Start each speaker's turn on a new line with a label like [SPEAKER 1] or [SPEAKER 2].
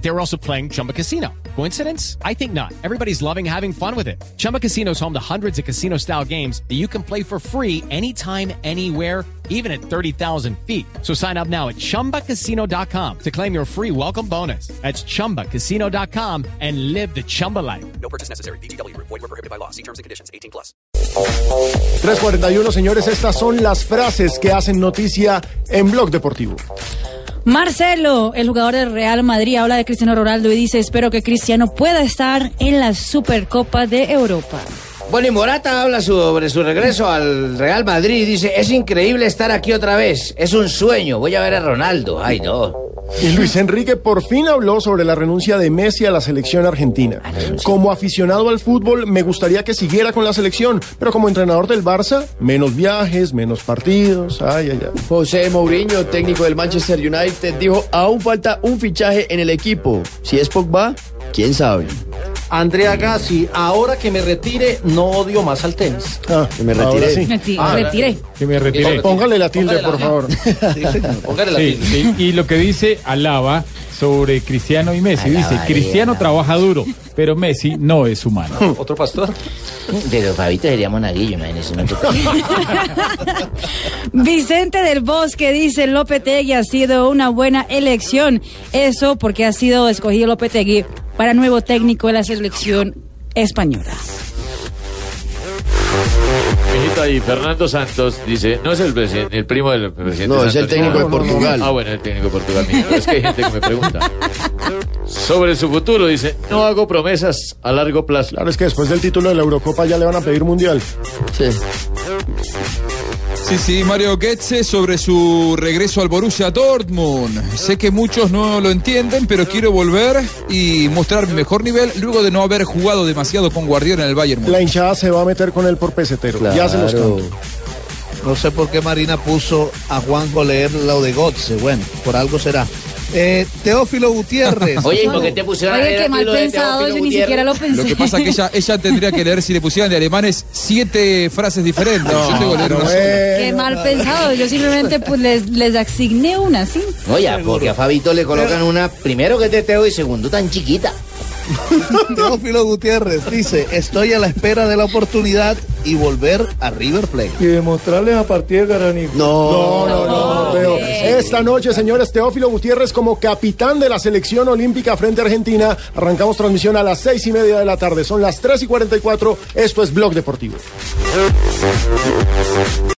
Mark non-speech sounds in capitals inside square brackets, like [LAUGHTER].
[SPEAKER 1] They were also playing Chumba Casino. Coincidence? I think not. Everybody's loving having fun with it. Chumba Casino is home to hundreds of casino style games that you can play for free anytime, anywhere even at 30,000 feet. So sign up now at ChumbaCasino.com to claim your free welcome bonus. That's ChumbaCasino.com and live the Chumba life.
[SPEAKER 2] No purchase necessary. BGW. Void were prohibited by law. See terms and conditions. 18 plus.
[SPEAKER 3] 341, señores, estas son las frases que hacen noticia en Blog Deportivo.
[SPEAKER 4] Marcelo, el jugador del Real Madrid, habla de Cristiano Ronaldo y dice, espero que Cristiano pueda estar en la Supercopa de Europa.
[SPEAKER 5] Bueno, y Morata habla sobre su regreso al Real Madrid y dice, es increíble estar aquí otra vez, es un sueño, voy a ver a Ronaldo, ay no.
[SPEAKER 3] Y Luis Enrique por fin habló sobre la renuncia de Messi a la selección argentina. Como aficionado al fútbol, me gustaría que siguiera con la selección, pero como entrenador del Barça, menos viajes, menos partidos, ay, ay, ay.
[SPEAKER 6] José Mourinho, técnico del Manchester United, dijo, aún falta un fichaje en el equipo. Si es Pogba, quién sabe.
[SPEAKER 7] Andrea Gassi, ahora que me retire, no odio más al tenis.
[SPEAKER 3] Ah,
[SPEAKER 6] Que me
[SPEAKER 3] ahora
[SPEAKER 6] retiré.
[SPEAKER 3] sí.
[SPEAKER 4] Me ti-
[SPEAKER 8] Ah,
[SPEAKER 4] retiré.
[SPEAKER 9] Que me retiré.
[SPEAKER 3] Póngale la tilde, por favor.
[SPEAKER 7] Póngale la
[SPEAKER 9] Sí,
[SPEAKER 7] tilde.
[SPEAKER 9] sí, y lo que dice Alaba sobre Cristiano y Messi, dice,
[SPEAKER 5] Alabarena.
[SPEAKER 9] Cristiano trabaja duro, pero Messi no es humano.
[SPEAKER 7] Otro pastor.
[SPEAKER 5] Pero Fabito sería monaguillo, imagínese. [LAUGHS] ¿no?
[SPEAKER 4] Vicente del Bosque dice, Lopetegui ha sido una buena elección. Eso porque ha sido escogido Lopetegui para nuevo técnico de la selección española.
[SPEAKER 10] Mijito ahí, Fernando Santos dice, no es el, presi- el primo del presidente.
[SPEAKER 6] No, es el
[SPEAKER 10] Santos,
[SPEAKER 6] técnico de
[SPEAKER 10] No, no, no.
[SPEAKER 6] Portugal.
[SPEAKER 10] Ah, bueno, el técnico de Portugal. mijito, Es que hay gente que me pregunta. Sobre su futuro, dice, no hago promesas a largo plazo.
[SPEAKER 3] Claro, es que después del título de la Eurocopa ya le van a pedir mundial.
[SPEAKER 6] Sí.
[SPEAKER 8] Sí, sí, Mario Goetze sobre su regreso al Borussia Dortmund. Sé que muchos no lo entienden, pero quiero volver y mostrar mi mejor nivel luego de no haber jugado demasiado con Guardiola en el Bayern Múnich.
[SPEAKER 3] La hinchada se va a meter con él por pesetero. Ya se los
[SPEAKER 6] Claro.
[SPEAKER 3] canto.
[SPEAKER 11] No sé por qué Marina puso a Juanjo a leer lo de Gotze. Bueno, por algo será. Eh, Teófilo Gutiérrez.
[SPEAKER 5] [LAUGHS] Oye, ¿y por qué te pusieron a
[SPEAKER 4] Oye,
[SPEAKER 5] leer
[SPEAKER 4] qué
[SPEAKER 5] a ti
[SPEAKER 4] mal
[SPEAKER 5] lo de
[SPEAKER 4] pensado,
[SPEAKER 5] Teófilo
[SPEAKER 4] yo ni
[SPEAKER 5] Gutiérrez?
[SPEAKER 4] siquiera lo pensé.
[SPEAKER 8] Lo que pasa es que ella, ella tendría que leer, si le pusieran de alemanes, siete frases diferentes. Yo tengo que leer una sola.
[SPEAKER 4] [LAUGHS] Qué mal pensado, yo simplemente pues, les, les asigné una, ¿sí?
[SPEAKER 5] No, ya, porque a Fabito le colocan una, primero que es de Teo y segundo tan chiquita.
[SPEAKER 11] Teófilo Gutiérrez dice, estoy a la espera de la oportunidad y volver a River Plate.
[SPEAKER 3] Y demostrarles a partir de Garaní. No, no, no, no, Teo. Esta noche, señores, Teófilo Gutiérrez como capitán de la selección olímpica frente a Argentina. Arrancamos transmisión a las seis y media de la tarde. Son las tres y cuarenta y cuatro. Esto es Blog Deportivo.